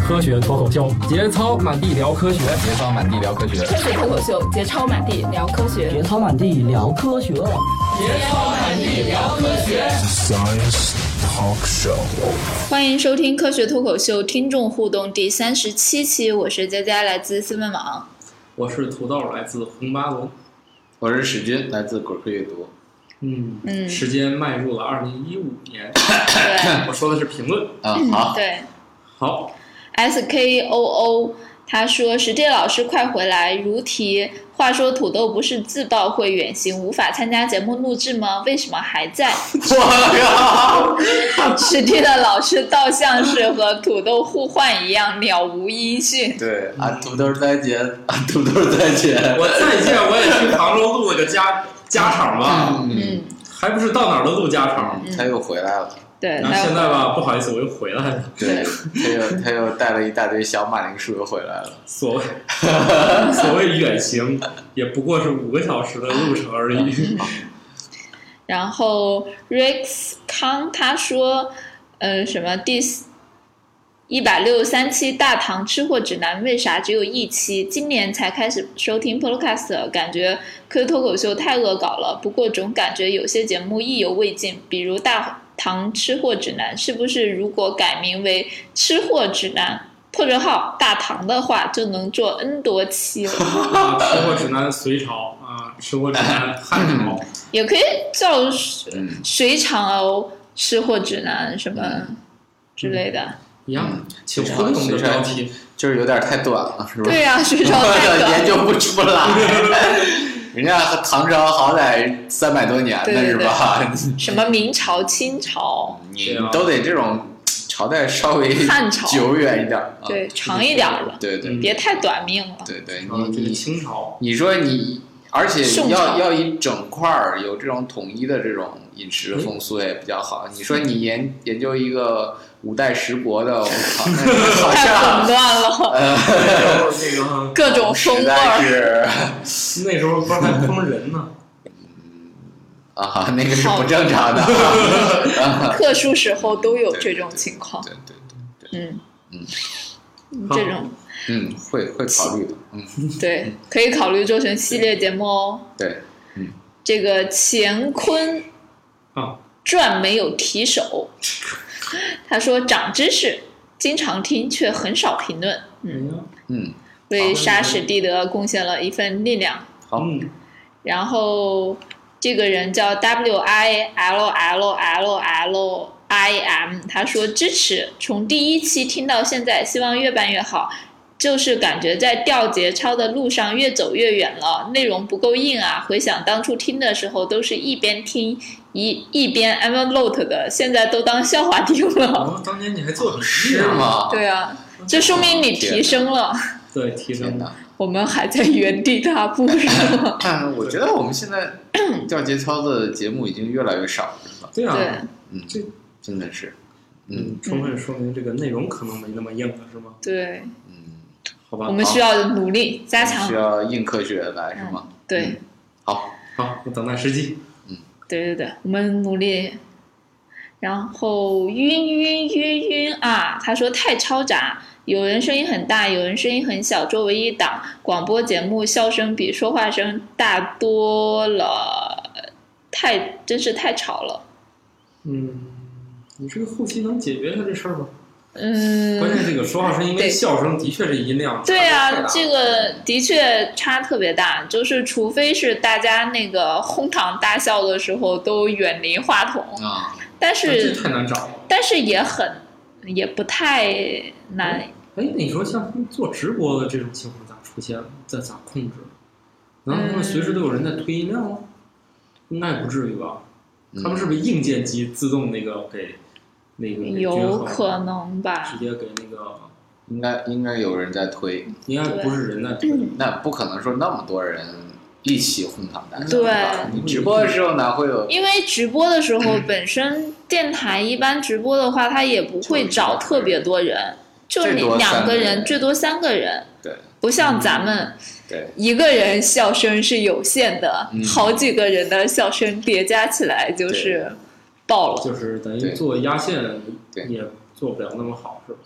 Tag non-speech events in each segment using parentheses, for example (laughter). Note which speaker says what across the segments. Speaker 1: 科学脱口秀，节操满地聊科学，
Speaker 2: 节操满地聊科学，
Speaker 3: 科学脱口秀，节操满地聊科学，
Speaker 4: 节操满地聊科学，
Speaker 3: 节操满地聊科学。
Speaker 5: Science Talk Show，
Speaker 6: 欢迎收听科学脱口秀听众互动第三十七期，我是佳佳，来自新闻网。
Speaker 7: 我是土豆，来自红八龙。
Speaker 8: 我是史军，来自果壳阅读。
Speaker 7: 嗯
Speaker 6: 嗯
Speaker 7: 时间迈入了二零一五
Speaker 1: (laughs)
Speaker 7: 年。(laughs)
Speaker 6: 对
Speaker 7: 我说的是评论。
Speaker 8: 啊，好，
Speaker 6: 对
Speaker 1: (laughs)
Speaker 7: 好，
Speaker 6: ，S K O O，他说：“史蒂老师快回来，如题。话说土豆不是自曝会远行，无法参加节目录制吗？为什么还在？
Speaker 8: (laughs) 我
Speaker 6: 史蒂的老师倒像是和土豆互换一样， (laughs) 了无音讯
Speaker 8: 靠！。对，啊，土豆再见，啊，土豆再见。
Speaker 7: 我再见，我也去杭州录了个家家常吧，
Speaker 8: 嗯，
Speaker 6: 嗯，
Speaker 7: 还不是到哪儿都录家常。
Speaker 8: 他又回来了。
Speaker 6: 对，
Speaker 1: 嗯
Speaker 7: 然后
Speaker 6: 那
Speaker 7: 现在吧，不好意思，我又回来了。
Speaker 8: 对，他又他又带了一大堆小马铃薯又回来了。
Speaker 7: 所
Speaker 1: (laughs)
Speaker 7: 谓所谓远行，也不过是五个小时的路程
Speaker 1: (laughs)
Speaker 7: 而已。
Speaker 6: 然后 Rex 康他说，呃，什么第一百六十三期《大唐吃货指南》为啥只有一期？今年才开始收听 Podcast，感觉科脱口秀太恶搞了。不过总感觉有些节目意犹未尽，比如《大唐吃货指南》，是不是如果改名为《吃货指南》破折号大唐的话，就能做 N 多期了？
Speaker 7: 啊，吃货指南隋朝啊，吃货指南汉朝，
Speaker 1: 嗯
Speaker 6: 也可以叫水
Speaker 8: 嗯
Speaker 6: 水长讴吃货指南什么之类的。
Speaker 1: 嗯
Speaker 7: 一样，请
Speaker 8: 隋朝
Speaker 7: 轰动的
Speaker 8: 隋朝
Speaker 7: 标题。
Speaker 8: 就是有点太短了，是不是？
Speaker 6: 对
Speaker 8: (laughs)
Speaker 6: 呀、水长太
Speaker 8: 我
Speaker 6: 短。
Speaker 8: 研究不出来。人家唐朝好歹三百多年
Speaker 6: 对
Speaker 8: 的
Speaker 6: 对
Speaker 8: 是吧？
Speaker 6: 什么明朝、清朝，
Speaker 8: (laughs) 你你都得这种朝代稍微
Speaker 6: 汉朝
Speaker 8: 久远一点儿。啊
Speaker 6: 对，长一点儿了，
Speaker 8: 对对
Speaker 7: 嗯
Speaker 6: 别太短命了。
Speaker 8: 对对，
Speaker 7: 啊，
Speaker 8: 你
Speaker 7: 这个
Speaker 8: 你
Speaker 7: 清朝，
Speaker 8: 你说你，而且
Speaker 6: 宋朝
Speaker 8: 要要一整块儿有这种统一的这种饮食风俗也比较好。你
Speaker 6: 嗯
Speaker 8: 说你研研究一个五代十国的，我
Speaker 6: (laughs)
Speaker 8: 靠，那好
Speaker 6: 太
Speaker 8: 像
Speaker 6: 混乱了，
Speaker 7: 然后那个。
Speaker 6: 各种风
Speaker 8: 实
Speaker 6: 味
Speaker 8: 在
Speaker 6: 儿，
Speaker 8: 是
Speaker 7: 那时候不是还烹人呢？
Speaker 8: 啊，那个是不正常的。 (laughs) 啊
Speaker 6: 特殊时候都有这种情况。
Speaker 8: 对对对，
Speaker 6: 嗯
Speaker 8: 嗯
Speaker 6: 这种
Speaker 8: 嗯，会会考虑的，嗯，
Speaker 6: 对，可以考虑做成系列节目哦。
Speaker 8: 对，
Speaker 6: 这个乾坤
Speaker 7: 啊
Speaker 6: 转没有提手，他说长知识，经常听却很少评论，嗯，
Speaker 7: 嗯，
Speaker 8: 嗯，
Speaker 6: 为沙史蒂德贡献了一份力量。
Speaker 8: 好，
Speaker 6: 然后这个人叫 W I L L L L I M，他说支持，从第一期听到现在，希望越办越好。就是感觉在调节操的路上越走越远了，内容不够硬啊！回想当初听的时候，都是一边听一一边 I'm a lot 的，现在都当笑话听了。
Speaker 7: 哦，当年你还做笔记
Speaker 8: 是
Speaker 7: 呢？
Speaker 8: 吗？
Speaker 6: 对啊，这说明你提升了，
Speaker 7: 对，提
Speaker 8: 天
Speaker 7: 升
Speaker 8: 哪，
Speaker 6: 我们还在原地踏步，是吗？
Speaker 8: 嗯我觉得我们现在调节操的节目已经越来越少了，是吧？
Speaker 7: 对啊，
Speaker 6: 对，
Speaker 8: 嗯，
Speaker 7: 这
Speaker 8: 真的是，嗯
Speaker 7: 嗯，充分说明这个内容可能没那么硬了，是吗？
Speaker 6: 对，
Speaker 8: 嗯。
Speaker 7: 好吧
Speaker 6: 我，们需要努力加强嗯
Speaker 8: 需。要硬科学来是吗？
Speaker 6: 对，
Speaker 8: 好，
Speaker 7: 好，我等待时机。
Speaker 6: 对对对，我们努力。然后晕晕晕晕啊，他说太嘈杂，有人声音很大，有人声音很小。作为一档广播节目，笑声比说话声大多了，太真是太吵了。
Speaker 7: 嗯，你这个后期能解决一下这事儿吗？关键
Speaker 6: 嗯，
Speaker 7: 这个说话声，因为
Speaker 6: 对
Speaker 7: 笑声的确是音量
Speaker 6: 对
Speaker 7: 差
Speaker 6: 啊，
Speaker 7: 别太大了
Speaker 6: 这个的确差特别大，就是除非是大家那个哄堂大笑的时候都远离话筒，
Speaker 8: 啊，
Speaker 6: 但
Speaker 7: 这
Speaker 6: 是
Speaker 7: 太难找了。
Speaker 6: 但是也很也不太
Speaker 8: 哦
Speaker 6: 难。
Speaker 7: 哎，你说像他们做直播的这种情况咋出现？咋咋控制？难道他们随时都有人在推音量吗？应该也不至于吧？
Speaker 8: 嗯
Speaker 7: 他们是不是硬件机自动那个给那个给均衡
Speaker 6: 有可能吧
Speaker 7: 直，接给那个，
Speaker 8: 应该应该有人在推，
Speaker 7: 应该不是人在推，
Speaker 8: 那不可能说那么多人一起哄堂大笑。
Speaker 6: 对嗯
Speaker 8: 吧你直播的时候哪会有？
Speaker 6: 因为直播的时
Speaker 8: (clears throat)
Speaker 6: 候，本身电台一般直播的话，它也不会找特别多人，就
Speaker 8: 嗯最
Speaker 6: 你
Speaker 8: 多
Speaker 6: 两
Speaker 8: 三个
Speaker 6: 个
Speaker 8: 人
Speaker 6: 人，最多三个人。
Speaker 8: 对
Speaker 6: 不像咱们
Speaker 8: 对，
Speaker 6: 一个人笑声是有限的，
Speaker 8: 嗯
Speaker 6: 好几个人的笑声叠加起来就是爆了。
Speaker 7: 就是等于
Speaker 8: 对
Speaker 7: 做压线
Speaker 8: 对
Speaker 7: 也做不了那么好，是吧？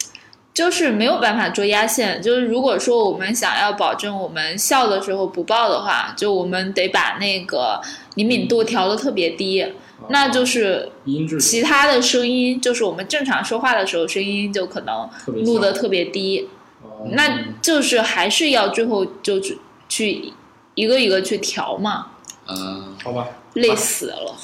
Speaker 6: 就是没有办法做压线。就是如果说我们想要保证我们笑的时候不爆的话，就我们得把那个灵敏度调的特别低，那就是
Speaker 7: 啊音质
Speaker 6: 其他的声音，就是我们正常说话的时候声音就可能
Speaker 7: 特别
Speaker 6: 录的
Speaker 7: 像
Speaker 6: 特别低，
Speaker 7: 哦
Speaker 6: 那就是还是要最后就是去一个一个去调嘛，
Speaker 8: 嗯，
Speaker 7: 好吧，
Speaker 6: 累死了。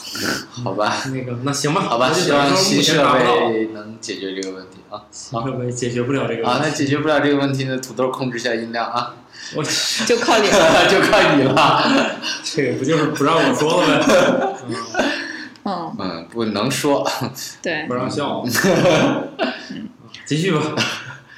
Speaker 8: 好吧，
Speaker 7: 那个那行吧，
Speaker 8: 好吧，
Speaker 7: 嗯那就假装
Speaker 8: 希望
Speaker 7: 目
Speaker 8: 新
Speaker 7: 前
Speaker 8: 设
Speaker 7: 达不到
Speaker 8: 备能解决这个问题啊。
Speaker 7: 新设备解决不了这个
Speaker 8: 啊，
Speaker 7: 问
Speaker 8: 那
Speaker 7: 题
Speaker 8: 解决不了这个问题呢，土豆控制一下音量啊， (laughs)
Speaker 7: 我
Speaker 6: 就靠脸。
Speaker 8: 就靠你了。
Speaker 7: 这个不就是不让我说了呗？嗯
Speaker 6: 嗯，
Speaker 8: 嗯，不能说。
Speaker 6: 对
Speaker 7: 不让笑。继续吧，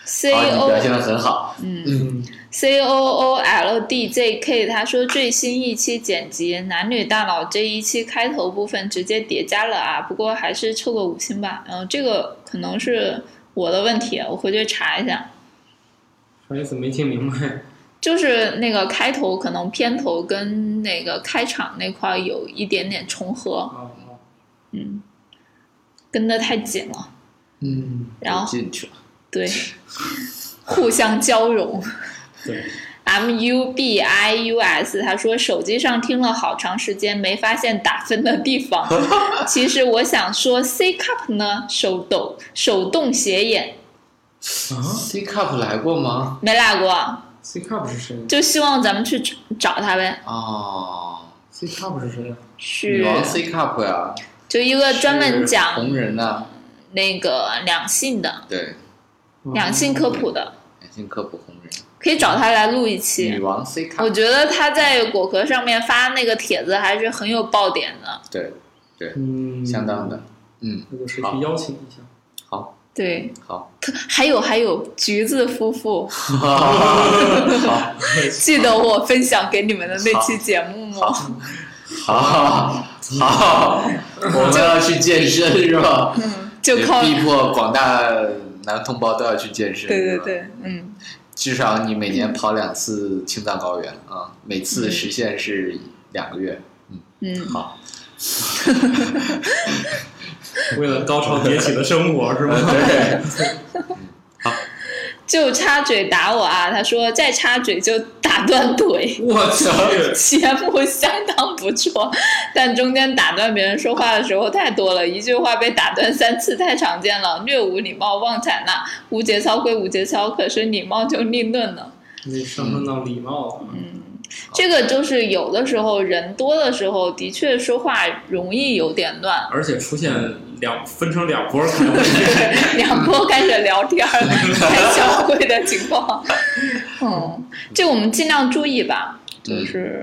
Speaker 6: ，C
Speaker 8: 好，啊你
Speaker 6: O
Speaker 8: 表现的很好。
Speaker 7: 嗯，
Speaker 6: C O O L D J K，他说最新一期剪辑《男女大佬》这一期开头部分直接叠加了啊，不过还是凑个五星吧。嗯，这个可能是我的问题，我回去查一下。
Speaker 7: 啥意思没听明白？
Speaker 6: 就是那个开头可能片头跟那个开场那块儿有一点点重合，
Speaker 7: 啊，
Speaker 6: 嗯，跟得太紧了，
Speaker 8: 嗯，
Speaker 6: 然后
Speaker 8: 我进去了。
Speaker 6: 对，互相交融。
Speaker 7: 对，
Speaker 6: M U B I U S，他说手机上听了好长时间，没发现打分的地
Speaker 8: (laughs)
Speaker 6: 方。其实我想说，C cup 呢，手抖手动斜眼
Speaker 7: 啊
Speaker 8: C cup 来过吗？
Speaker 6: 没来过，
Speaker 7: ，C cup 是谁
Speaker 6: 就希望咱们去找找他呗，
Speaker 8: 哦，
Speaker 7: ？C cup 是谁呀？啊
Speaker 8: 女
Speaker 6: 是
Speaker 8: 王 C cup 呀，
Speaker 6: 就一个专门
Speaker 8: 是
Speaker 6: 讲
Speaker 8: 红人呐，
Speaker 6: 那个两性的、
Speaker 8: 对，嗯
Speaker 6: 两性科普的，
Speaker 8: 感性科普红人，
Speaker 6: 可以找他来录一
Speaker 8: 女
Speaker 6: 期。
Speaker 8: 王 C cup，
Speaker 6: 我觉得他在果壳上面发那个帖子还是很有爆点的，
Speaker 8: 对，
Speaker 7: 嗯，
Speaker 8: 相当的，嗯，
Speaker 7: 那就谁
Speaker 8: 好
Speaker 7: 去邀请一下？
Speaker 8: 好，
Speaker 6: 对，
Speaker 8: 好，
Speaker 6: 还有还有橘子夫妇。
Speaker 8: 好，
Speaker 6: 记得我分享给你们的那期节目吗？
Speaker 8: 好，好， (laughs) 我们要去健身是吧？
Speaker 6: 嗯， (laughs) 就靠
Speaker 8: 也逼迫广大男同胞都要去健身。
Speaker 6: 对
Speaker 8: 是
Speaker 6: 对
Speaker 8: 吧，
Speaker 6: 对，嗯，
Speaker 8: 至少你每年跑两次青藏高原啊，每次实现是两个月。
Speaker 6: 嗯
Speaker 8: 好，
Speaker 7: 为了高潮迭起的生活是吗？
Speaker 8: (laughs) 对，
Speaker 6: 就插嘴打我啊！他说再插嘴就打断腿。
Speaker 7: 我去，
Speaker 6: 节目相当不错，但中间打断别人说话的时候太多了，一句话被打断三次太常见了，略无礼貌忘采纳。无节操归无节操，可是礼貌就另论了。
Speaker 7: 你上升到礼貌了。
Speaker 8: 嗯
Speaker 6: 这个就是有的时候人多的时候，的确说话容易有点乱，
Speaker 7: 而且出现两分成两波开 (laughs) 会，
Speaker 6: (laughs) 两波开始聊天儿，开小会的情况。嗯，这我们尽量注意吧，就是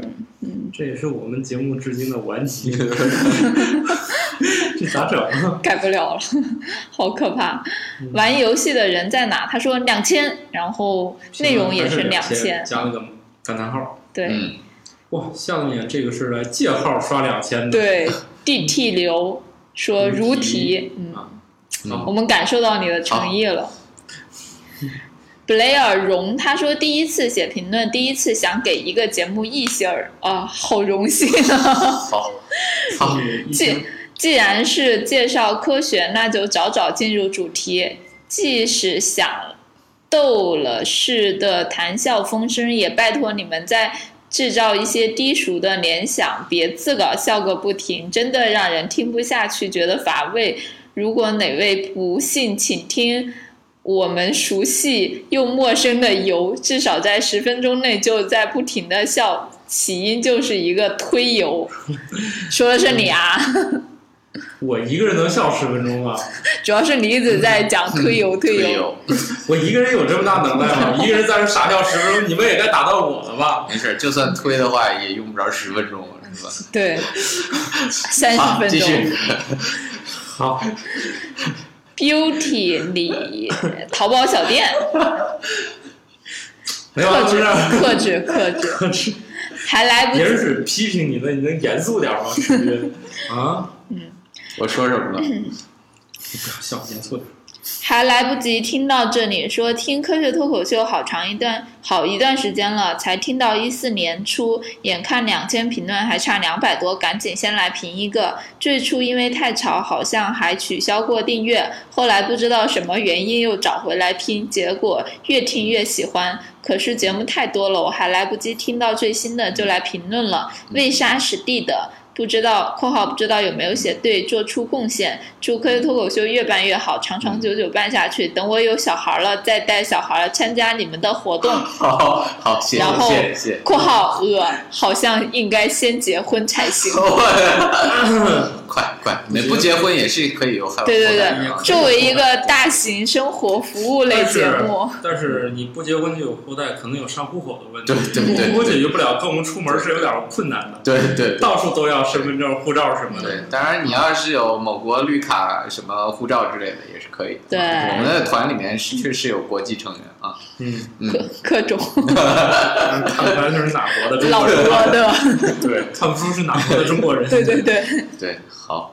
Speaker 7: 这也是我们节目至今的顽
Speaker 8: (laughs)
Speaker 7: 疾。这咋整啊？
Speaker 6: 改不了了， (laughs) 好可怕。玩游戏的人在哪？他说两千，然后内容也是两千，
Speaker 7: 加了个感叹号。
Speaker 6: 对
Speaker 8: 嗯，
Speaker 7: 哇，下面这个是来借号刷两千的。
Speaker 6: 对。DT 流说如题，嗯，
Speaker 7: 啊，
Speaker 6: 我们感受到你的诚意了。布雷尔荣他说第一次写评论，第一次想给一个节目一星儿啊，好荣幸啊！
Speaker 8: 好，好，
Speaker 7: 一
Speaker 6: 既既然是介绍科学，那就早早进入主题。即使想逗了似的谈笑风生，也拜托你们在制造一些低俗的联想，别自个儿笑个不停，真的让人听不下去，觉得乏味。如果哪位不信，请听我们熟悉又陌生的油，至少在十分钟内就在不停的笑，起因就是一个推油。说的是你啊，
Speaker 7: 我一个人能笑十分钟吗？啊
Speaker 6: 主要是你一直在讲推油推
Speaker 8: 队
Speaker 6: 油。
Speaker 8: 友，
Speaker 7: 我一个人有这么大能耐
Speaker 8: (laughs)
Speaker 7: 吗？一个人在这傻笑十分钟，你们也该打到我了吧？
Speaker 8: 没事儿，就算推的话也用不着十分钟，是吧？
Speaker 6: 对，三十
Speaker 8: 好，
Speaker 6: 分
Speaker 8: 继
Speaker 6: 钟。
Speaker 8: 续。
Speaker 7: 好，
Speaker 6: Beauty 里淘宝小店，
Speaker 7: 没有啊，
Speaker 6: 克
Speaker 7: 就
Speaker 6: 制
Speaker 7: 是
Speaker 6: 克制克制，
Speaker 7: 克制。
Speaker 6: 还来不
Speaker 7: 别人
Speaker 6: 及。
Speaker 7: 是批评你的，你能严肃点吗？
Speaker 8: (laughs)
Speaker 7: 是不是啊，
Speaker 8: 我说什么了？
Speaker 7: 笑严肃点。
Speaker 6: 还来不及听到这里，说听科学脱口秀好长一段好一段时间了，才听到一四年初，眼看两千评论还差两百多，赶紧先来评一个。最初因为太吵，好像还取消过订阅，后来不知道什么原因又找回来听，结果越听越喜欢。可是节目太多了，我还来不及听到最新的就来评论了，
Speaker 8: 嗯
Speaker 6: 为啥是地的？不知道（括号不知道有没有写对）做出贡献，祝科学脱口秀越办越好，长长久久办下去。等我有小孩了，再带小孩参加你们的活动。
Speaker 8: 好好，谢谢
Speaker 6: 然后
Speaker 8: 谢谢谢谢。
Speaker 6: （括号呃，好像应该先结婚才行 (laughs)
Speaker 8: 我快快，你不结婚也是可以有孩
Speaker 6: 对对对
Speaker 8: 后代的啊
Speaker 6: 作为一个大型生活服务类节目，
Speaker 7: 但是你不结婚就有后代，可能有上户口的问题，
Speaker 8: 对对对
Speaker 7: 户口解决不了，跟我们出门是有点困难的，
Speaker 8: 对对对
Speaker 7: 到处都要身份证、护照什么的
Speaker 8: 对。，当然你要是有某国绿卡、什么护照之类的也是可以的。啊
Speaker 6: 对
Speaker 8: 我们的团里面是确实有国际成员啊，
Speaker 7: 嗯，
Speaker 6: 各各种
Speaker 7: 看不出来就是哪国的中
Speaker 6: 老
Speaker 7: 国
Speaker 6: 多
Speaker 7: 人，
Speaker 6: 的，
Speaker 7: 对，看不出是哪国的中国人。
Speaker 6: (laughs) 对对对，
Speaker 8: 对，好。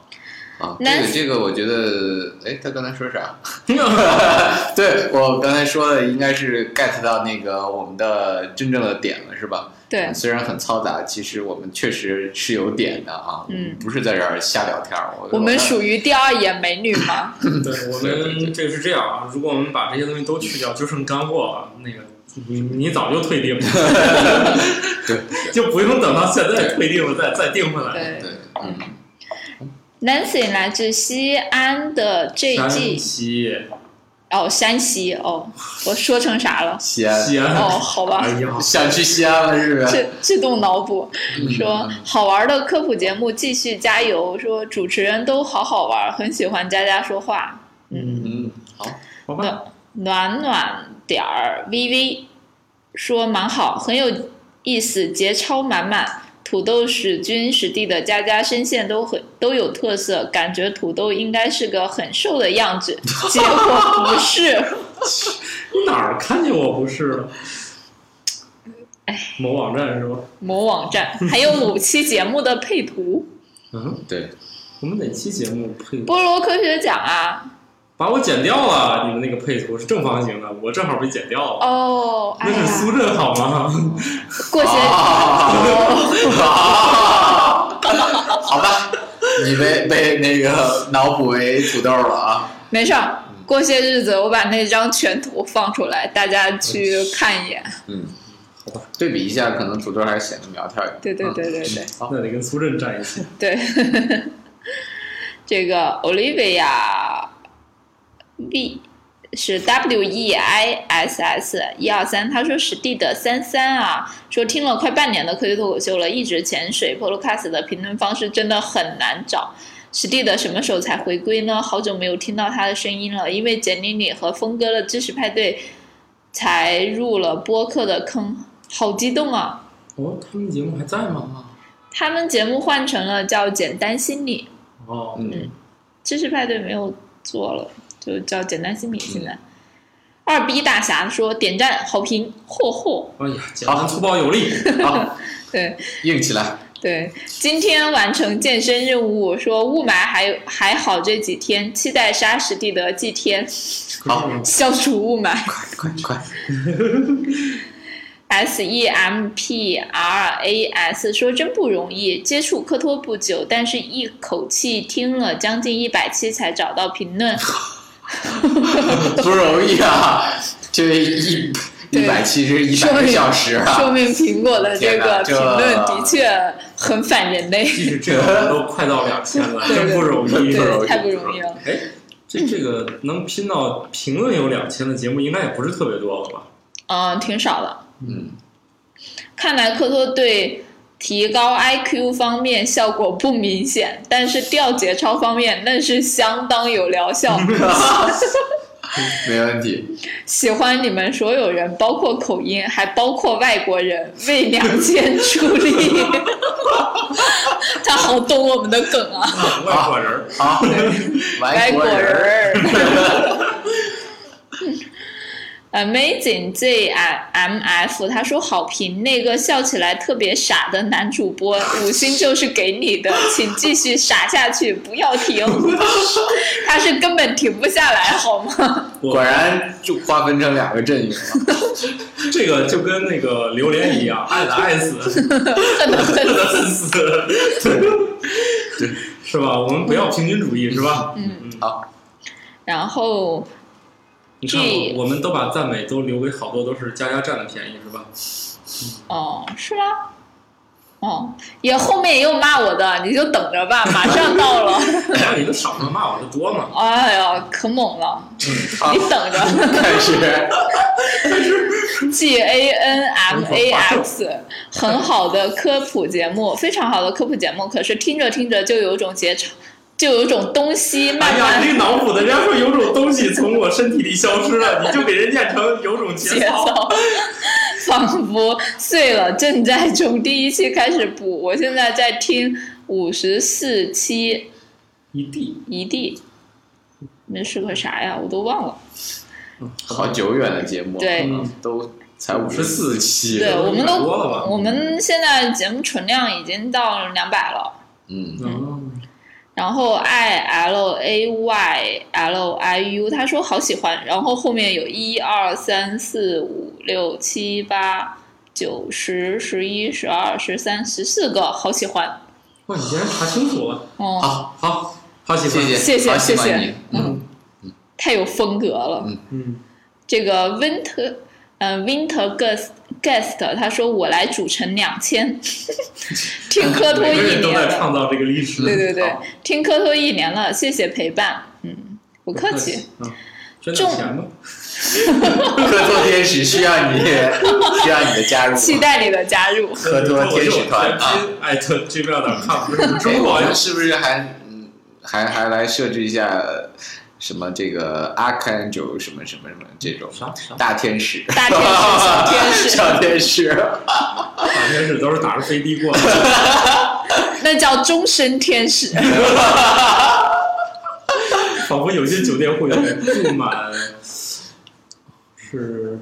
Speaker 8: 啊，这
Speaker 6: 那
Speaker 8: 个这个，我觉得，哎，他刚才说啥？ (laughs) 对我刚才说的应该是 get 到那个我们的真正的点了，是吧？
Speaker 6: 对
Speaker 8: 虽然很嘈杂，其实我们确实是有点的啊，
Speaker 6: 嗯
Speaker 8: 我们不是在这儿瞎聊天儿。我
Speaker 6: 我们
Speaker 8: 于
Speaker 6: 属于第二眼美女吗？
Speaker 7: 嗯
Speaker 8: (laughs)
Speaker 7: 对我
Speaker 8: 对对
Speaker 7: 们这个是这样啊，如果我们把这些东西都去掉，就剩干货了，那个你你早就退订了，
Speaker 8: (laughs) 对
Speaker 7: 就不用等到现在退订了再再订回来。
Speaker 6: 对
Speaker 8: 对，嗯，
Speaker 6: ，Nancy 来自西安的
Speaker 7: 山
Speaker 6: JG，
Speaker 7: 西、
Speaker 6: 哦，山西，哦，我说成啥了？
Speaker 8: 西安
Speaker 7: 西安，
Speaker 8: (laughs)
Speaker 6: 哦，好吧
Speaker 7: 哎，呀，
Speaker 8: 想去西安了是不是？
Speaker 6: 自自动脑补，
Speaker 8: 嗯
Speaker 6: 说好玩的科普节目继续加油，说主持人都好好玩，很喜欢佳佳说话，
Speaker 7: 嗯，
Speaker 8: 嗯，好，
Speaker 7: 好吧，
Speaker 6: 暖暖暖点儿 VV 说蛮好，很有意思，节操满满。土豆史君史蒂的家家声线都很都有特色，感觉土豆应该是个很瘦的
Speaker 7: (laughs)
Speaker 6: 样子，结果不是。
Speaker 7: 你哪儿看见我不是了？
Speaker 6: 哎
Speaker 7: 某网站是吧？
Speaker 6: 某网站，还有某期节目的配
Speaker 7: (laughs)
Speaker 6: 图。
Speaker 7: 嗯，
Speaker 8: 对，
Speaker 7: 我们哪期节目配
Speaker 6: 菠萝科学奖啊，
Speaker 7: 把我剪掉了？你们那个配图是正方形的，我正好被剪掉了。
Speaker 6: 哦，哎
Speaker 7: 那是
Speaker 6: 呀，
Speaker 7: 苏振好吗？ (laughs)
Speaker 6: 过些
Speaker 8: 啊， (laughs) 好吧，你被被那个脑补为土豆了啊，
Speaker 6: 没事儿，过些日子我把那张全图放出来，大家去看一眼。
Speaker 8: 嗯，好吧，对比一下，可能土豆还显得苗条一点。
Speaker 6: 对对对对对。
Speaker 8: 好
Speaker 7: 那得跟苏振站一起。
Speaker 6: 对， (laughs) 这个 Olivia V 是 W E I S S 一二三，他说史蒂的三三啊，说听了快半年的科学脱口秀了，一直潜水 Podcast 的评论方式真的很难找。史蒂的什么时候才回归呢？好久没有听到他的声音了，因为简妮妮和峰哥的知识派对才入了播客的坑，好激动啊！
Speaker 7: 哦，他们节目还在吗？
Speaker 6: 他们节目换成了叫《简单心理》，
Speaker 7: 哦，
Speaker 8: 嗯，
Speaker 6: 知识派对没有做了，就叫简单心理
Speaker 8: 嗯
Speaker 6: 现在。二逼大侠说点赞好评，嚯嚯！
Speaker 7: 哎呀，简单粗暴有力。
Speaker 8: 好，
Speaker 6: (laughs) 对
Speaker 8: 硬起来，
Speaker 6: 对，今天完成健身任务，说雾霾还还好这几天，期待沙石地的祭天
Speaker 8: 好，
Speaker 6: 消除雾霾。
Speaker 8: 快
Speaker 6: (laughs)
Speaker 8: 快，
Speaker 6: S E M P R A S 说真不容易，接触科托不久，但是一口气听了将近一百期才找到评论，
Speaker 8: 不容易啊，这一一百七十 (laughs) 一百个小时
Speaker 6: 说
Speaker 8: 啊，
Speaker 6: 明苹果的这个评
Speaker 8: 天哪这
Speaker 6: 论的确很反人类。
Speaker 7: 即使这个都快到两千了，
Speaker 6: 对
Speaker 7: 真不容易。
Speaker 6: 对，太不容易了。
Speaker 7: 哎，这这个能拼到评论有两千的节目，应该也不是特别多了吧？
Speaker 6: 嗯，挺少的。
Speaker 8: 嗯，
Speaker 6: 看来科托对提高 IQ 方面效果不明显，但是调节操方面那是相当有
Speaker 7: (laughs)
Speaker 6: 疗效。
Speaker 8: 没问题，
Speaker 6: 喜欢你们所有人，包括口音，还包括外国人，为两千出
Speaker 7: (laughs)
Speaker 6: 力。他好懂我们的梗啊，
Speaker 7: (laughs) 外国人
Speaker 8: 啊
Speaker 7: 儿，
Speaker 8: (laughs) 好，
Speaker 6: 外
Speaker 8: 外
Speaker 6: 国 (laughs)
Speaker 8: 国人儿，
Speaker 6: 人。 Amazing J 啊 M F，他说好评那个笑起来特别傻的男主播，五星就是给你的，请继续傻下去，不要停。 (laughs) 他是根本停不下来，好吗？ (laughs)
Speaker 7: 我
Speaker 8: 果然就划分成两个阵营了。
Speaker 7: 这个就跟那个榴莲一样，爱的爱
Speaker 8: (laughs)
Speaker 7: 死，
Speaker 6: 恨得恨
Speaker 7: 爱的死，对，是吧？我们不要平均主义，是吧？嗯嗯，
Speaker 6: 然后
Speaker 7: 你看我
Speaker 6: 这
Speaker 7: 我们都把赞美都留给好多都是佳佳占了便宜，是
Speaker 6: (laughs)
Speaker 7: 吧？
Speaker 6: 哦，是吗？哦，也后面也有骂我的，你就等着吧，马上到了。 (laughs)
Speaker 7: 然后你的少嘛，骂我的多嘛，
Speaker 6: 哎呀，可猛了，
Speaker 8: (laughs) 好
Speaker 6: 你，等着。
Speaker 8: 啊开始
Speaker 6: G A N M A X，很好的科普节目，非常好的科普节目。可是听着听着就有种节操，就有种东西慢
Speaker 7: 哎呀，
Speaker 6: 慢
Speaker 7: 你这个脑补的，人家说有种东西从我身体里消失了，你就给人念成有种节
Speaker 6: 节
Speaker 7: 操。
Speaker 6: 操，仿佛碎了。正在从第一期开始补，我现在在听五十四期
Speaker 7: 一地，
Speaker 6: 一地，那是个啥呀？我都忘了。
Speaker 8: 好久远的节目，
Speaker 6: 对
Speaker 8: 嗯，都才五十四期，
Speaker 6: 对我们
Speaker 7: 有点多了
Speaker 6: 都
Speaker 7: 吧，
Speaker 6: 我们现在节目存量已经到两百了。
Speaker 8: 嗯，
Speaker 7: 嗯，
Speaker 6: 然后 i l a y l i u，他说好喜欢，然后后面有一二三四五六七八九十十一十二十三十四个，好喜欢，
Speaker 7: 哇，你竟然查清楚了，
Speaker 6: 哦、
Speaker 8: 好，
Speaker 7: 好，好喜
Speaker 8: 谢
Speaker 7: 欢，
Speaker 8: 谢，
Speaker 6: 谢谢
Speaker 8: 好喜欢
Speaker 6: 谢谢
Speaker 8: 你，嗯，
Speaker 6: 太有风格了。
Speaker 8: 嗯
Speaker 7: 嗯，
Speaker 6: 这个 winter，呃，winter guest guest，他说我来主持两千， (laughs) 听科托
Speaker 7: 每个
Speaker 6: 一啊
Speaker 7: 人都
Speaker 6: 年
Speaker 7: 在
Speaker 6: 了，
Speaker 7: 创造这个历
Speaker 6: (laughs)
Speaker 7: 史。
Speaker 6: 对对对
Speaker 7: 好，
Speaker 6: 听科托一年了，谢谢陪伴，嗯，不客气。，
Speaker 7: 嗯，捐点钱吧。
Speaker 8: 科托天使需要你，需要你的加入，
Speaker 6: 期待你的加 (laughs) 入，
Speaker 8: 科托天使团啊，
Speaker 7: 哎，对，这边点看，
Speaker 8: 哎
Speaker 7: 中
Speaker 8: 我
Speaker 7: 国
Speaker 8: 们是不是还嗯还还来设置一下呃什么这个阿坎九什么什么什么这种
Speaker 7: 啥啥
Speaker 8: 大天使？
Speaker 6: 大天使小天使 (laughs)
Speaker 8: (laughs) 小天使，
Speaker 7: 大天使都是打着飞的过来，
Speaker 6: 那叫终身天使。
Speaker 7: 仿佛有些酒店会员住满是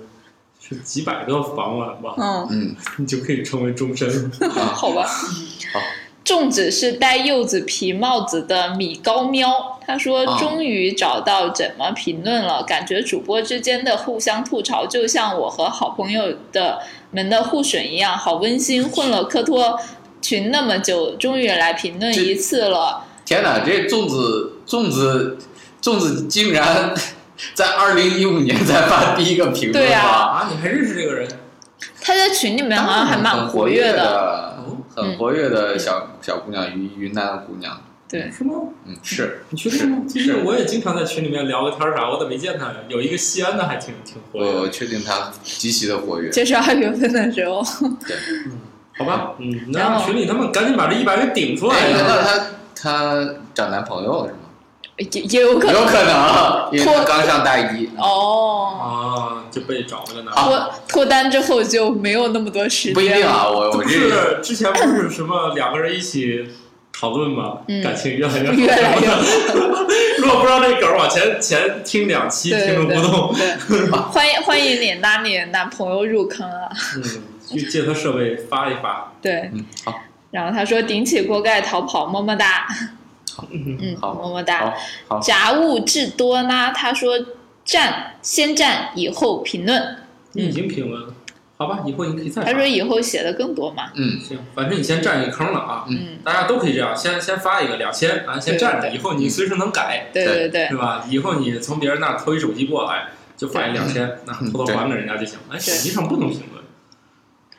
Speaker 7: 是几百个房晚吧，
Speaker 6: 嗯，
Speaker 8: 嗯，
Speaker 7: 你就可以成为终身。
Speaker 6: 好吧。粽子是戴柚子皮帽子的米高喵，他说
Speaker 8: 啊
Speaker 6: 终于找到怎么评论了，感觉主播之间的互相吐槽，就像我和好朋友的们的互损一样，好温馨。混了科托群那么久，终于来评论一次了。
Speaker 8: 天哪，这粽子粽子粽子竟然在二零一五年才发第一个评论
Speaker 6: 对啊
Speaker 8: 吗？
Speaker 7: 啊，你还认识这个人？
Speaker 6: 他在群里面好像还蛮
Speaker 8: 很活
Speaker 6: 跃的，嗯
Speaker 8: 的，很活跃的小小姑娘，云云南的姑娘，
Speaker 6: 对，
Speaker 7: 是吗？
Speaker 8: 嗯，是
Speaker 7: 你确定吗？最近我也经常在群里面聊个天儿啥，我怎么没见他呀？有一个西安的还挺挺嗯活跃
Speaker 8: 我
Speaker 7: 的，
Speaker 8: 确定她极其的活跃。
Speaker 6: 就是二月份的时候，
Speaker 7: 好吧？嗯，那
Speaker 6: 然
Speaker 7: 让
Speaker 6: 后
Speaker 7: 群里他们赶紧把这一百给顶出来
Speaker 8: 哎，
Speaker 7: 呀！
Speaker 6: (laughs)
Speaker 8: 那她她找男朋友了是吗？
Speaker 6: 也也有可能
Speaker 8: 有可能，因为他刚上大一。
Speaker 6: 哦。
Speaker 7: 啊，就被找了个男的。
Speaker 6: 脱脱单之后就没有那么多时
Speaker 8: 不一
Speaker 6: 间
Speaker 8: 定
Speaker 6: 了。
Speaker 8: 啊，我我
Speaker 7: 不
Speaker 8: 这
Speaker 7: 是之前不是什么两个人一起讨论吗？
Speaker 6: 嗯
Speaker 7: 感情越来越好
Speaker 6: 越来越好
Speaker 7: 如果不知道这梗儿，往前前听两期
Speaker 6: 对
Speaker 7: 听
Speaker 6: 对
Speaker 7: 众互动，
Speaker 6: 对，欢迎欢迎你拉你男朋友入坑啊！
Speaker 7: 嗯，去借他设备发一发。
Speaker 6: 对，
Speaker 8: 嗯好
Speaker 6: 然后他说顶起锅盖逃跑，么么哒。
Speaker 7: 嗯
Speaker 6: 嗯，
Speaker 8: 好
Speaker 6: 么么
Speaker 8: 好
Speaker 6: 哒。
Speaker 8: 好
Speaker 6: 杂物至多呢，他说赞，先赞，以后评论。
Speaker 7: 你已经评论了，好吧，以后你可以再发
Speaker 6: 他说以后写的更多嘛。
Speaker 8: 嗯，
Speaker 7: 行，反正你先占一个坑了啊。
Speaker 6: 嗯，
Speaker 7: 大家都可以这样，先先发一个两千啊，先占着，以后你随时能改，
Speaker 6: 对对对
Speaker 7: 是吧？以后你从别人那儿偷一手机过来，就发一两千，那偷偷还给人家就行。哎，手机上不能评论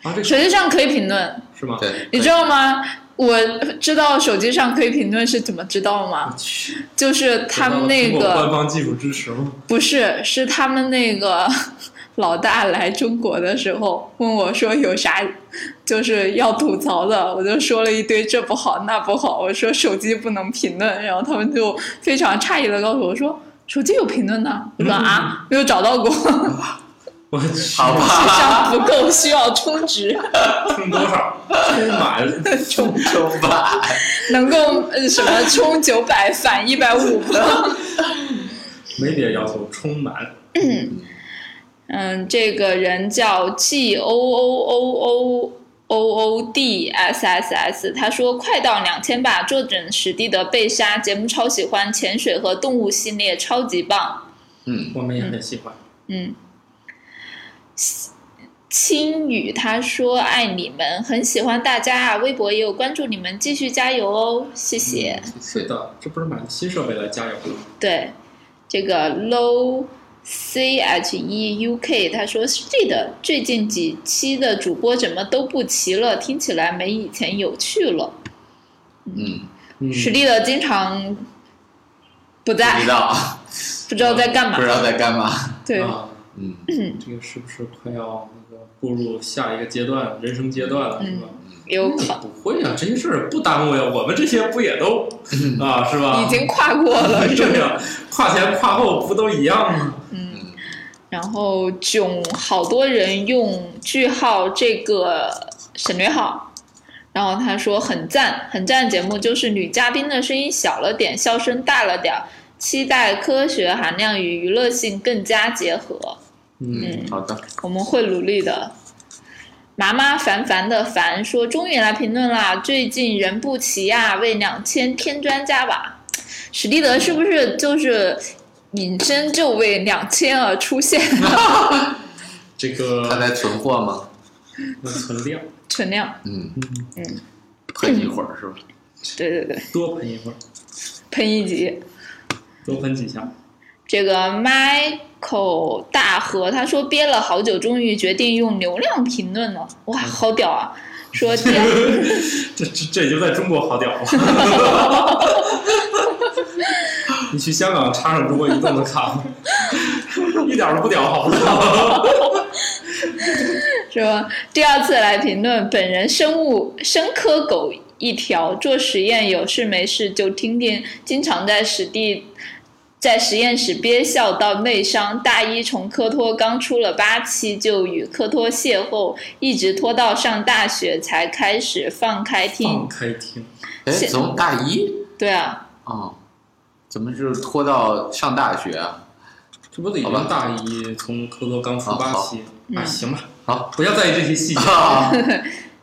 Speaker 7: 啊，这
Speaker 6: 手机上可以评论，
Speaker 7: 是吗？
Speaker 8: 对，
Speaker 6: 你知道吗？我知道手机上可以评论是怎么知道
Speaker 7: 啊
Speaker 6: 吗？就是他们那
Speaker 7: 通过
Speaker 6: 个
Speaker 7: 官方技术支持吗？
Speaker 6: 不是，是他们那个 (laughs) 老大来中国的时候问我说有啥就是要吐槽的，我就说了一堆这不好那不好，我说手机不能评论，然后他们就非常诧异的告诉我说手机有评论呢，我说啊没有找到过，智
Speaker 7: 我去，
Speaker 8: 好吧，
Speaker 6: 商不够需要充值，
Speaker 7: 充多
Speaker 6: (laughs)
Speaker 7: 少？充满
Speaker 8: 中 (laughs) 秋吧，
Speaker 6: 能够呃什么充九百返一百五吗？
Speaker 7: 没别的要求，充满。
Speaker 6: (laughs) 嗯，这个人叫 G O O O O O O D S S S，他说快到两千吧，坐等史蒂德被杀，节目超喜欢，潜水和动物系列超级棒，
Speaker 8: 嗯，
Speaker 7: 我们也很喜欢。
Speaker 6: 嗯。青雨他说爱你们，很喜欢大家啊，微博也有关注你们，继续加油哦，谢谢。
Speaker 7: 是的，这不是买了新设备来加油吗？
Speaker 6: 对，这个 low c h e u k 他说是这的，最近几期的主播怎么都不齐了，听起来没以前有趣了。
Speaker 8: 嗯，
Speaker 7: 嗯，
Speaker 6: 实力的经常不
Speaker 8: 不
Speaker 6: 在
Speaker 8: 知，道
Speaker 6: 不知道在干嘛
Speaker 8: (laughs) 不。知道在干嘛，
Speaker 6: 对，
Speaker 7: 啊，
Speaker 8: 嗯，
Speaker 7: 这个是不是快要那个步入下一个阶段，人生阶段了，是
Speaker 6: 嗯
Speaker 7: 吧？
Speaker 6: 有考
Speaker 7: 不会啊，这些事儿不耽误呀，我们这些不也都啊，是吧？
Speaker 6: 嗯已经跨过
Speaker 7: (laughs)
Speaker 6: 了，是吧
Speaker 7: 对呀，跨前跨后不都一样吗？
Speaker 6: 嗯，然后囧，好多人用句号这个省略号，然后他说很赞，很赞节目就是女嘉宾的声音小了点，笑声大了点儿，期待科学含量与娱乐性更加结合，
Speaker 7: 嗯，
Speaker 8: 好的，
Speaker 6: 我们会努力的。麻麻烦烦的烦说，终于来评论啦！最近人不齐呀、为两千添砖加瓦。史蒂德是不是就是隐身就为两千而出现？ (laughs)
Speaker 7: 这
Speaker 8: 他
Speaker 7: 个
Speaker 8: 在存货吗？
Speaker 7: 存量
Speaker 6: 存量，
Speaker 8: 嗯
Speaker 6: 嗯，
Speaker 8: 喷一会儿是吧？
Speaker 6: 对对对，
Speaker 7: 多喷一会儿，
Speaker 6: 喷一级。
Speaker 7: 多喷几下。
Speaker 6: 这个 Michael 大河他说憋了好久，终于决定用流量评论了，哇，好屌啊！说第二，
Speaker 7: 这这这也就在中国好屌了。你去香港插上中国移动的卡，一点儿都不屌，好不好？
Speaker 6: 说第二次来评论，本人生物生科狗一条，做实验有事没事就听听，经常在实地。在实验室憋笑到内伤，大一从科托刚出了八期就与科托邂逅，一直拖到上大学才开始放开听
Speaker 7: 放。开听，
Speaker 8: 哎，
Speaker 6: 是
Speaker 8: 从大一
Speaker 6: 对啊，
Speaker 8: 哦，怎么就拖到上大学啊？
Speaker 7: 这不得已
Speaker 8: 好吧
Speaker 7: 经大一从科多刚出
Speaker 8: 好
Speaker 7: 八
Speaker 8: 好
Speaker 7: 期，啊，行吧，
Speaker 8: 好，
Speaker 7: 不要在意这些细节。
Speaker 8: 啊，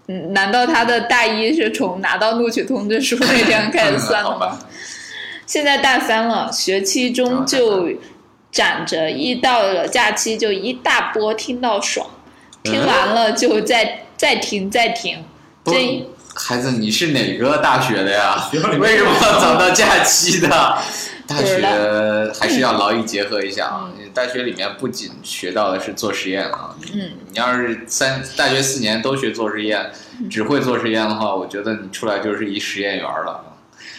Speaker 6: 嗯，难道他的大一是从拿到录取通知书那天 (laughs) 开始算
Speaker 8: (laughs)
Speaker 6: 的
Speaker 8: 嗯好
Speaker 6: 吗？
Speaker 8: 吧，
Speaker 6: 现在大三了，学期中就攒着，一到了假期就一大波听到爽，听完了就再再听再听，
Speaker 8: 嗯不
Speaker 6: 这
Speaker 8: 孩子，你是哪个大学的呀？
Speaker 7: 学校里面
Speaker 8: 为什么要找到假期的？大
Speaker 6: 不知道
Speaker 8: 学还是要劳逸结合一下啊！大学里面不仅学到的是做实验啊，
Speaker 6: 嗯，
Speaker 8: 你要是三大学四年都学做实验，只会做实验的话，我觉得你出来就是一实验员了。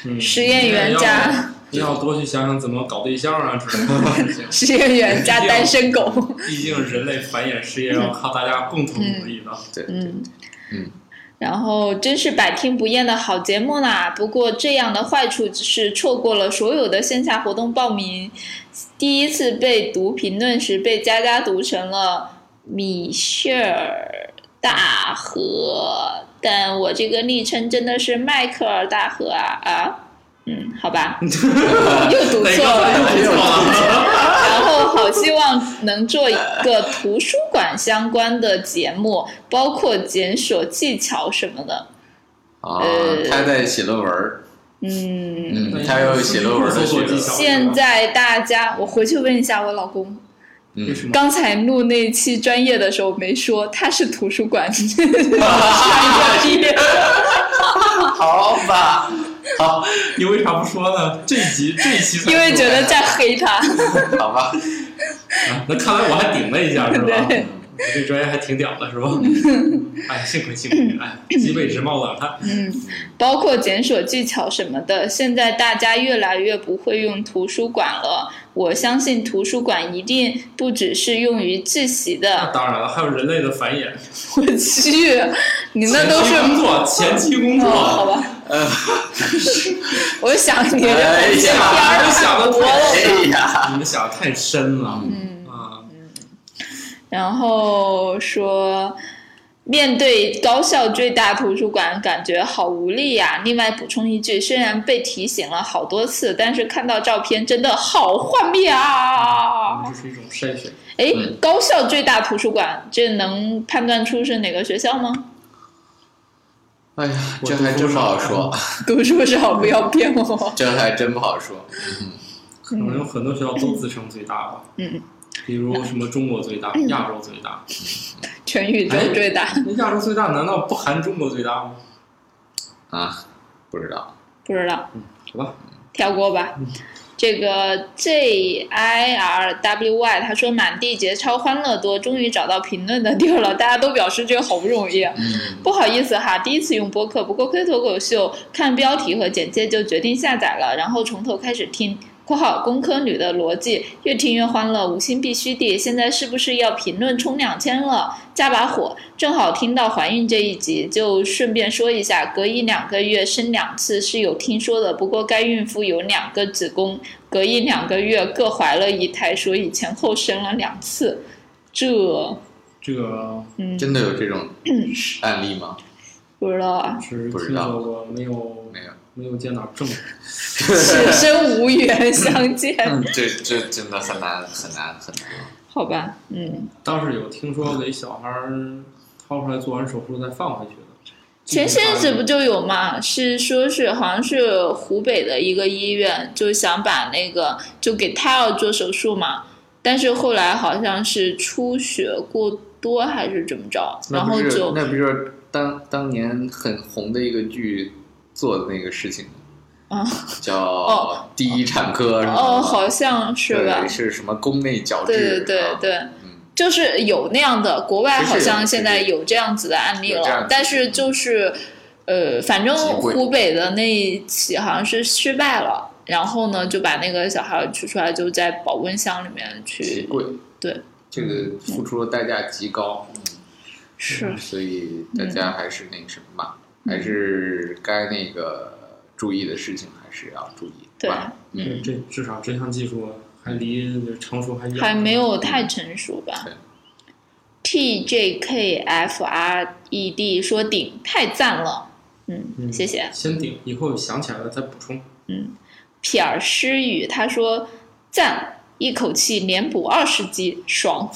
Speaker 7: 嗯
Speaker 6: 实验员加。
Speaker 7: 你要多去想想怎么搞对象啊之类的事情
Speaker 6: 实验员加单身狗，
Speaker 7: 毕竟人类繁衍事业要靠大家共同努力的。
Speaker 8: 对，
Speaker 6: 嗯。
Speaker 8: 嗯
Speaker 6: 然后真是百听不厌的好节目啦！不过这样的坏处只是错过了所有的线下活动报名。第一次被读评论时，被佳佳读成了米歇尔大河，但我这个昵称真的是迈克尔大河啊啊！嗯，好吧，又读
Speaker 7: 哪
Speaker 6: 错
Speaker 7: 个
Speaker 6: 了。
Speaker 7: 都有错了？
Speaker 6: 然后好希望能做一个图书馆相关的节目，包括检索技巧什么的。
Speaker 8: (laughs) 啊
Speaker 6: 呃，
Speaker 8: 他在写论文儿，
Speaker 6: 嗯，
Speaker 8: 嗯，他又有写论文的
Speaker 7: 搜索
Speaker 8: 学
Speaker 7: 技
Speaker 8: 者，
Speaker 7: 巧。
Speaker 6: 现在大家，我回去问一下我老公，
Speaker 8: 嗯
Speaker 7: 为，什么？
Speaker 6: 刚才录那期专业的时候没说，他是图书馆专业毕业。
Speaker 8: 好吧，好，
Speaker 7: 你为啥不说呢？这一集这一期才
Speaker 6: 因为觉得在黑他，
Speaker 8: (laughs) 好吧，
Speaker 7: 啊 (laughs) 那看来我还顶了一
Speaker 6: (laughs)
Speaker 7: 下，是吧？
Speaker 6: 对
Speaker 7: 我这专业还挺屌的，是
Speaker 6: (laughs)
Speaker 7: 吧？哎，幸亏幸亏，哎，脊背直冒冷
Speaker 6: 嗯
Speaker 7: 汗。
Speaker 6: 包括检索技巧什么的。现在大家越来越不会用图书馆了，我相信图书馆一定不只是用于自习
Speaker 7: 那
Speaker 6: 的。
Speaker 7: 当然了，还有人类的繁衍，
Speaker 6: 我去，你那都是
Speaker 7: 前期呃工作，前期工
Speaker 6: 哦，
Speaker 7: 作，
Speaker 6: 好吧。 (laughs) 我想你这
Speaker 8: 哎
Speaker 6: 这片
Speaker 8: 呀
Speaker 6: 儿
Speaker 7: 想
Speaker 6: 太
Speaker 7: 得
Speaker 6: 多了。
Speaker 8: 哎呀，
Speaker 7: 你们想的太深了
Speaker 6: 嗯，
Speaker 7: 啊！
Speaker 6: 然后说，面对高校最大图书馆，感觉好无力呀、另外补充一句，虽然被提醒了好多次，但是看到照片真的好幻灭啊！
Speaker 7: 这是一种筛选。
Speaker 6: 哎
Speaker 8: 嗯，
Speaker 6: 高校最大图书馆，这能判断出是哪个学校吗？ (laughs)
Speaker 8: 哎呀，这还真不好说，
Speaker 6: 读书少，不要骗我。
Speaker 8: 这还真不好说。
Speaker 7: 可能有很多学校都自称最大吧，
Speaker 6: 嗯，哎
Speaker 7: 比如什么中国最大、亚洲最大。
Speaker 6: 全宇宙最大，
Speaker 7: 那亚洲最大难道不含中国最大吗？
Speaker 8: 啊，不知道。
Speaker 6: 不知道，
Speaker 7: 好吧，
Speaker 6: 跳过吧。这个 J I R W Y 他说满地节操欢乐多，终于找到评论的地儿了，大家都表示这个好不容易啊。
Speaker 8: 嗯，
Speaker 6: 不好意思哈，第一次用播客，不过亏脱口秀看标题和简介就决定下载了，然后从头开始听。（括号工科女的逻辑）越听越欢乐，五星必须地。现在是不是要评论冲两千了？加把火！正好听到怀孕这一集，就顺便说一下，隔一两个月生两次是有听说的，不过该孕妇有两个子宫，隔一两个月各怀了一胎，所以前后生了两次。这，
Speaker 7: 这个
Speaker 6: 嗯，
Speaker 8: 真的有这种案例吗？
Speaker 6: 不知道啊，
Speaker 7: 只是
Speaker 8: 不知
Speaker 7: 听
Speaker 8: 道
Speaker 7: 说过，没有
Speaker 8: 没有。
Speaker 7: 没有见到这么
Speaker 6: (laughs) 此生无缘相见。
Speaker 8: 这这真的很难很难很难。
Speaker 6: 好吧，嗯，
Speaker 7: 当时有听说给小孩儿掏出来做完手术再放回去的。
Speaker 6: 前些日子不就有嘛？是说是好像是湖北的一个医院，就想把那个就给胎儿做手术嘛，但是后来好像是出血过多还是怎么着，然
Speaker 8: 那不
Speaker 6: 后
Speaker 8: 是
Speaker 6: 就
Speaker 8: 那不就是当当年很红的一个剧做的那个事情吗？
Speaker 6: 啊
Speaker 8: 叫
Speaker 6: 哦
Speaker 8: 第一产科是吗
Speaker 6: 哦，好像是吧
Speaker 8: 对，？是什么宫内角质？
Speaker 6: 对对对
Speaker 8: 啊
Speaker 6: 对。
Speaker 8: 嗯，
Speaker 6: 就是有那样的，国外好像现在有这样子的案例
Speaker 8: 有这
Speaker 6: 了
Speaker 8: 样子，嗯
Speaker 6: 但是就是，呃，反正
Speaker 8: 极贵
Speaker 6: 湖北的那一起好像是失败了，然后呢就把那个小孩取出来，就在保温箱里面
Speaker 8: 极
Speaker 6: 去，
Speaker 8: 贵。
Speaker 6: 对，
Speaker 8: 这个付出的代价极高，
Speaker 6: 是
Speaker 8: 所以
Speaker 6: 嗯
Speaker 8: 大家还是那个什么嘛，还是该那个注意的事情还是要注意。
Speaker 6: 对，
Speaker 8: 吧嗯，
Speaker 7: 这至少这项技术还离成熟还远，
Speaker 6: 还没有太成熟吧
Speaker 8: 嗯对。
Speaker 6: T J K F R E D 说顶太赞了，嗯，
Speaker 7: 嗯
Speaker 6: 谢谢。
Speaker 7: 先顶，以后想起来了再补充。
Speaker 6: 撇儿诗雨他说赞，一口气连补二十集，爽。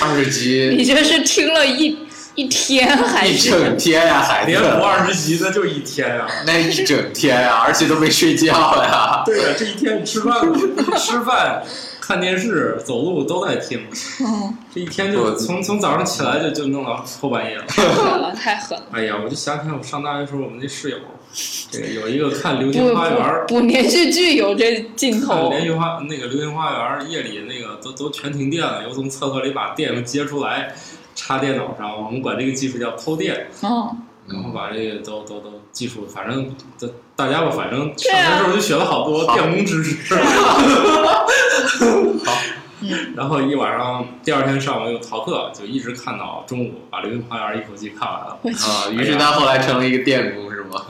Speaker 8: 二十级
Speaker 6: (laughs) 你这是听了一一天还
Speaker 8: 一
Speaker 6: 是？
Speaker 8: 整天呀、孩
Speaker 7: 连
Speaker 8: 子，
Speaker 7: 补二十级那就一天啊！
Speaker 8: 那一整天呀、而且都没睡觉呀、
Speaker 6: (laughs)
Speaker 7: 对啊，这一天吃饭、 (laughs) 吃饭、看电视、走路都在听，
Speaker 6: 嗯，
Speaker 7: 这一天
Speaker 8: 我
Speaker 7: 就从从早上起来就就弄到后半夜了。 (laughs)
Speaker 6: 太狠了，太狠了！
Speaker 7: 哎呀，我就想起来我上大学的时候，我们那室友，这个有一个看《流
Speaker 6: 不
Speaker 7: 星花园》，
Speaker 6: 不不，连续剧有这镜
Speaker 7: 看
Speaker 6: 头，
Speaker 7: 连续花那个《流星花园》，夜里那个都都全停电了，又从厕所里把电又接出来，插电脑上，我们管这个技术叫偷电，
Speaker 6: 嗯，
Speaker 7: 然后
Speaker 8: 嗯，
Speaker 7: 把这个都都都技术，反正都大家吧，反正
Speaker 6: 对
Speaker 7: 上
Speaker 6: 啊
Speaker 7: 学时候就学了好多
Speaker 8: 好
Speaker 7: 电工知识。 (laughs)
Speaker 6: 嗯
Speaker 7: 然后一晚上，第二天上午又逃课，就一直看到中午，把《流星花园》一口气看完了。
Speaker 6: 我去，
Speaker 8: 啊，于是他后来成了一个电工是吗？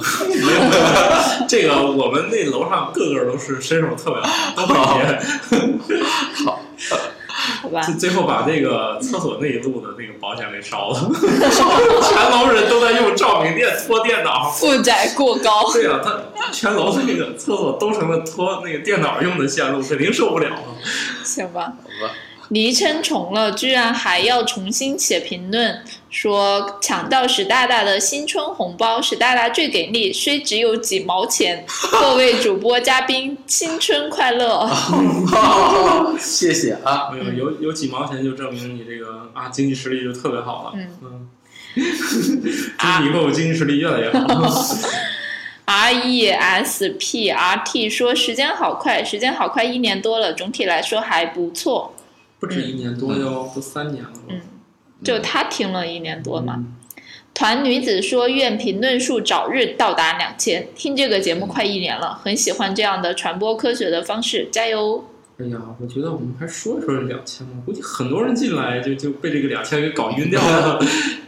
Speaker 8: (laughs)
Speaker 7: 这个我们那楼上个个都是身手特别好，都会叠。
Speaker 6: 好吧
Speaker 7: 就，最后把那个厕所那一路的那个保险给烧
Speaker 6: (laughs)
Speaker 7: 了，全楼人都在用照明电拖电脑。
Speaker 6: 负载过高， (laughs)
Speaker 7: 对啊，他全楼的那个厕所都成了拖那个电脑用的线路，肯定受不了了。
Speaker 6: 行吧
Speaker 8: 吧。
Speaker 6: 昵称重了，居然还要重新写评论，说抢到史大大的新春红包，史大大最给力，虽只有几毛钱。
Speaker 7: (laughs)
Speaker 6: 各位主播嘉宾，新春快乐！哦
Speaker 8: 谢谢啊，
Speaker 7: 哎呦，
Speaker 6: 嗯
Speaker 7: 有有几毛钱就证明你这个啊经济实力就特别好了。
Speaker 6: 嗯 (laughs) 啊
Speaker 7: 嗯，祝你以后 (laughs) 我经济实力越来越
Speaker 6: (laughs)
Speaker 7: 好。
Speaker 6: R E S P R T 说时间好快，时间好快，一年多了，总体来说还不错。
Speaker 7: 不止一年多哟，都三年了。
Speaker 6: 嗯，就他听了一年多
Speaker 7: 嗯
Speaker 6: 嘛。团女子说愿评论数早日到达两千，听这个节目快一年了，很喜欢这样的传播科学的方式，加油！
Speaker 7: 哎呀，我觉得我们还说一说这两千吧，估计很多人进来就就被这个两千给搞晕掉
Speaker 6: (laughs)
Speaker 7: 了。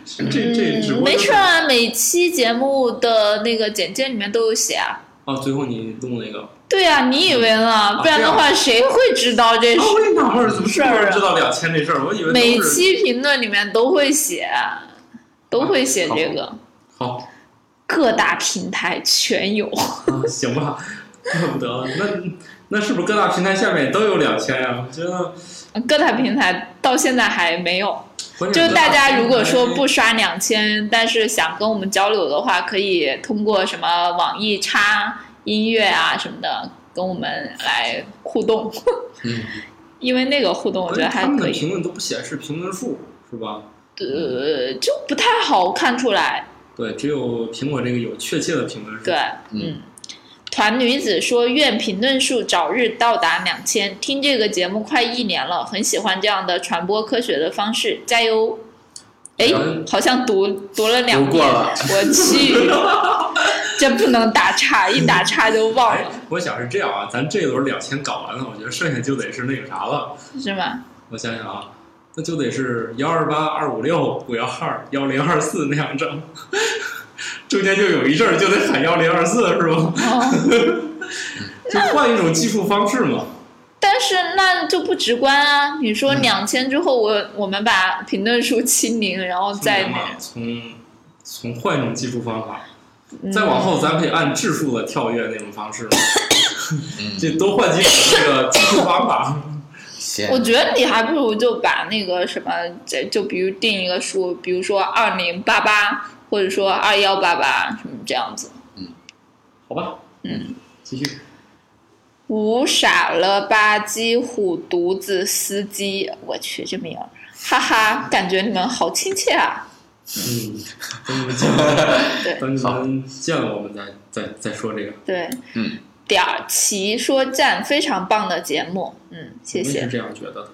Speaker 7: 这这只不
Speaker 6: 嗯，
Speaker 7: 过
Speaker 6: 没
Speaker 7: 就是
Speaker 6: 事啊，每期节目的那个简介里面都有写啊。
Speaker 7: 哦啊，最后你弄那个
Speaker 6: 对呀、你以为呢？
Speaker 7: 啊
Speaker 6: 不然的话，谁会知道
Speaker 7: (laughs)
Speaker 6: 这
Speaker 7: 啊，
Speaker 6: 事？
Speaker 7: 我也纳闷儿，怎么这么多
Speaker 6: 事儿
Speaker 7: 人
Speaker 6: 啊
Speaker 7: 知道两千这事儿？我以为都
Speaker 6: 每
Speaker 7: 是
Speaker 6: 期评论里面都会写，啊都会写这个，
Speaker 7: 好
Speaker 6: 各大平台全有。 (laughs)
Speaker 7: 啊，行吧，怪不得那那是不是各大平台下面也都有两千呀？我觉得
Speaker 6: 各大平台到现在还没有。
Speaker 7: 关键
Speaker 6: 就是
Speaker 7: 各
Speaker 6: 大家
Speaker 7: 平
Speaker 6: 如果说
Speaker 7: 台
Speaker 6: 不刷两千，但是想跟我们交流的话，可以通过什么网易插音乐啊什么的跟我们来互动。
Speaker 8: 嗯，
Speaker 6: (laughs) 因为那个互动我觉得
Speaker 7: 哎
Speaker 6: 还
Speaker 7: 他们
Speaker 6: 可
Speaker 7: 的
Speaker 6: 以，
Speaker 7: 评论都不显示评论数是吧？
Speaker 6: 呃，就不太好看出来。
Speaker 7: 对，只有苹果这个有确切的评论数。
Speaker 6: 对，
Speaker 8: 嗯
Speaker 6: 嗯。团女子说：“愿评论数早日到达两千。听这个节目快一年了，很喜欢这样的传播科学的方式，加油！”哎
Speaker 7: 嗯，
Speaker 6: 好像读读了两
Speaker 8: 读过
Speaker 6: 遍，
Speaker 8: 了
Speaker 6: 我去， (laughs) 这不能打岔，一打岔就忘
Speaker 7: 哎
Speaker 6: 了，，
Speaker 7: 我想是这样啊，咱这轮两千搞完了，我觉得剩下就得是那个啥了。
Speaker 6: 是吗？
Speaker 7: 我想想啊，那就得是幺二八二五六五幺二幺零二四那样整， (laughs) 中间就有一阵儿就得喊幺零二四是吧？
Speaker 6: 哦，
Speaker 7: 就换一种计数方式
Speaker 6: (laughs)
Speaker 7: 嘛。
Speaker 6: 但是那就不直观啊！你说
Speaker 7: 嗯
Speaker 6: 两千之后，我我们把评论数清零，然后再
Speaker 7: 从
Speaker 6: 那
Speaker 7: 嘛，从从换一种计数方法，
Speaker 6: 嗯
Speaker 7: 再往后咱可以按质数的跳跃那种方式嘛。
Speaker 8: 嗯
Speaker 7: 就多换几种这个计数方法。
Speaker 8: 行，
Speaker 6: 我觉得你还不如就把那个什么，这就比如定一个数，比如说二零八八，或者说二幺八八什么这样子。
Speaker 7: 好吧，
Speaker 6: 嗯，
Speaker 7: 继续。
Speaker 6: 五傻了吧唧，虎犊子司机，我去这名儿，哈哈，感觉你们好亲切啊！ (laughs)
Speaker 7: 嗯，等你们见了，
Speaker 6: 对
Speaker 7: 等你们见了我们再再再说这个。
Speaker 6: 对，
Speaker 8: 嗯，
Speaker 6: 点儿奇说赞，非常棒的节目，嗯，谢
Speaker 7: 我也
Speaker 6: 谢
Speaker 7: 是这样觉得的。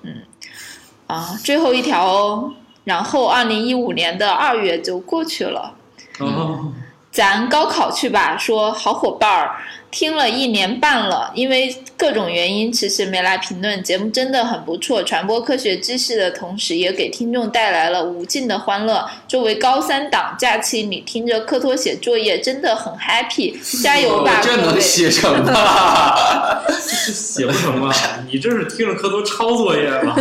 Speaker 6: 啊。最后一条哦，然后二零一五年的二月就过去了。嗯
Speaker 7: 哦，
Speaker 6: 咱高考去吧，说好伙伴儿，听了一年半了，因为各种原因迟迟没来评论，节目真的很不错，传播科学知识的同时，也给听众带来了无尽的欢乐。作为高三党，假期你听着课托写作业，真的很 happy，加油吧，
Speaker 8: 哦这
Speaker 6: 各
Speaker 8: 能
Speaker 6: 位！
Speaker 8: 写
Speaker 6: (laughs)
Speaker 8: 成吗？
Speaker 7: 这写不成吧？你这是听着课都抄作业了，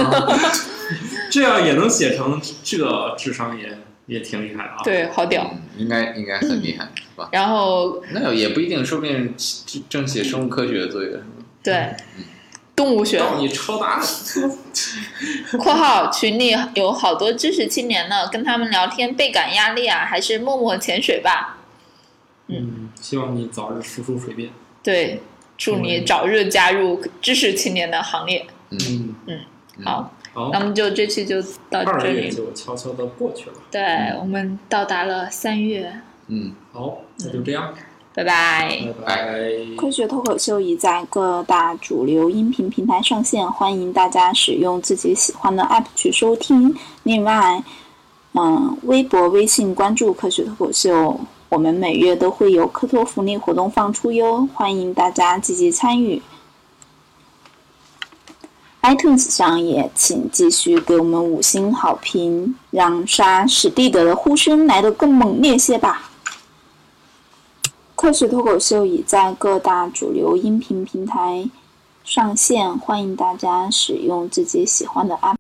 Speaker 7: 这样也能写成，这智商也也挺厉害啊。，
Speaker 6: 对，好屌。
Speaker 8: 嗯应该应该很厉害，是吧？
Speaker 6: 然后
Speaker 8: 那也不一定，说不定正写生物科学的作业。
Speaker 6: 对，动物学
Speaker 7: 到你抄答案，
Speaker 6: 嗯括号群里有好多知识青年呢，跟他们聊天倍感压力啊，还是默默潜水吧。
Speaker 7: 嗯，希望你早日浮出水面。
Speaker 6: 对，祝你早日加入知识青年的行列。
Speaker 7: 嗯，
Speaker 8: 嗯
Speaker 6: 好，
Speaker 7: 好
Speaker 6: 那，么就这期就到
Speaker 7: 二
Speaker 6: 这
Speaker 7: 月
Speaker 6: 里。
Speaker 7: 就嗯悄悄的过去了。
Speaker 6: 对，我们到达了三月，
Speaker 8: 嗯，
Speaker 7: 好，那就这样，
Speaker 6: 拜拜。
Speaker 7: 拜拜。
Speaker 2: 科学脱口秀已在各大主流音频平台上线，欢迎大家使用自己喜欢的 app 去收听。另外，嗯，微博、微信关注科学脱口秀，我们每月都会有科托福利活动放出哟，欢迎大家积极参与。iTunes 上也请继续给我们五星好评，让杀史蒂德的呼声来得更猛烈些吧。科学脱口秀已在各大主流音频平台上线，欢迎大家使用自己喜欢的 app。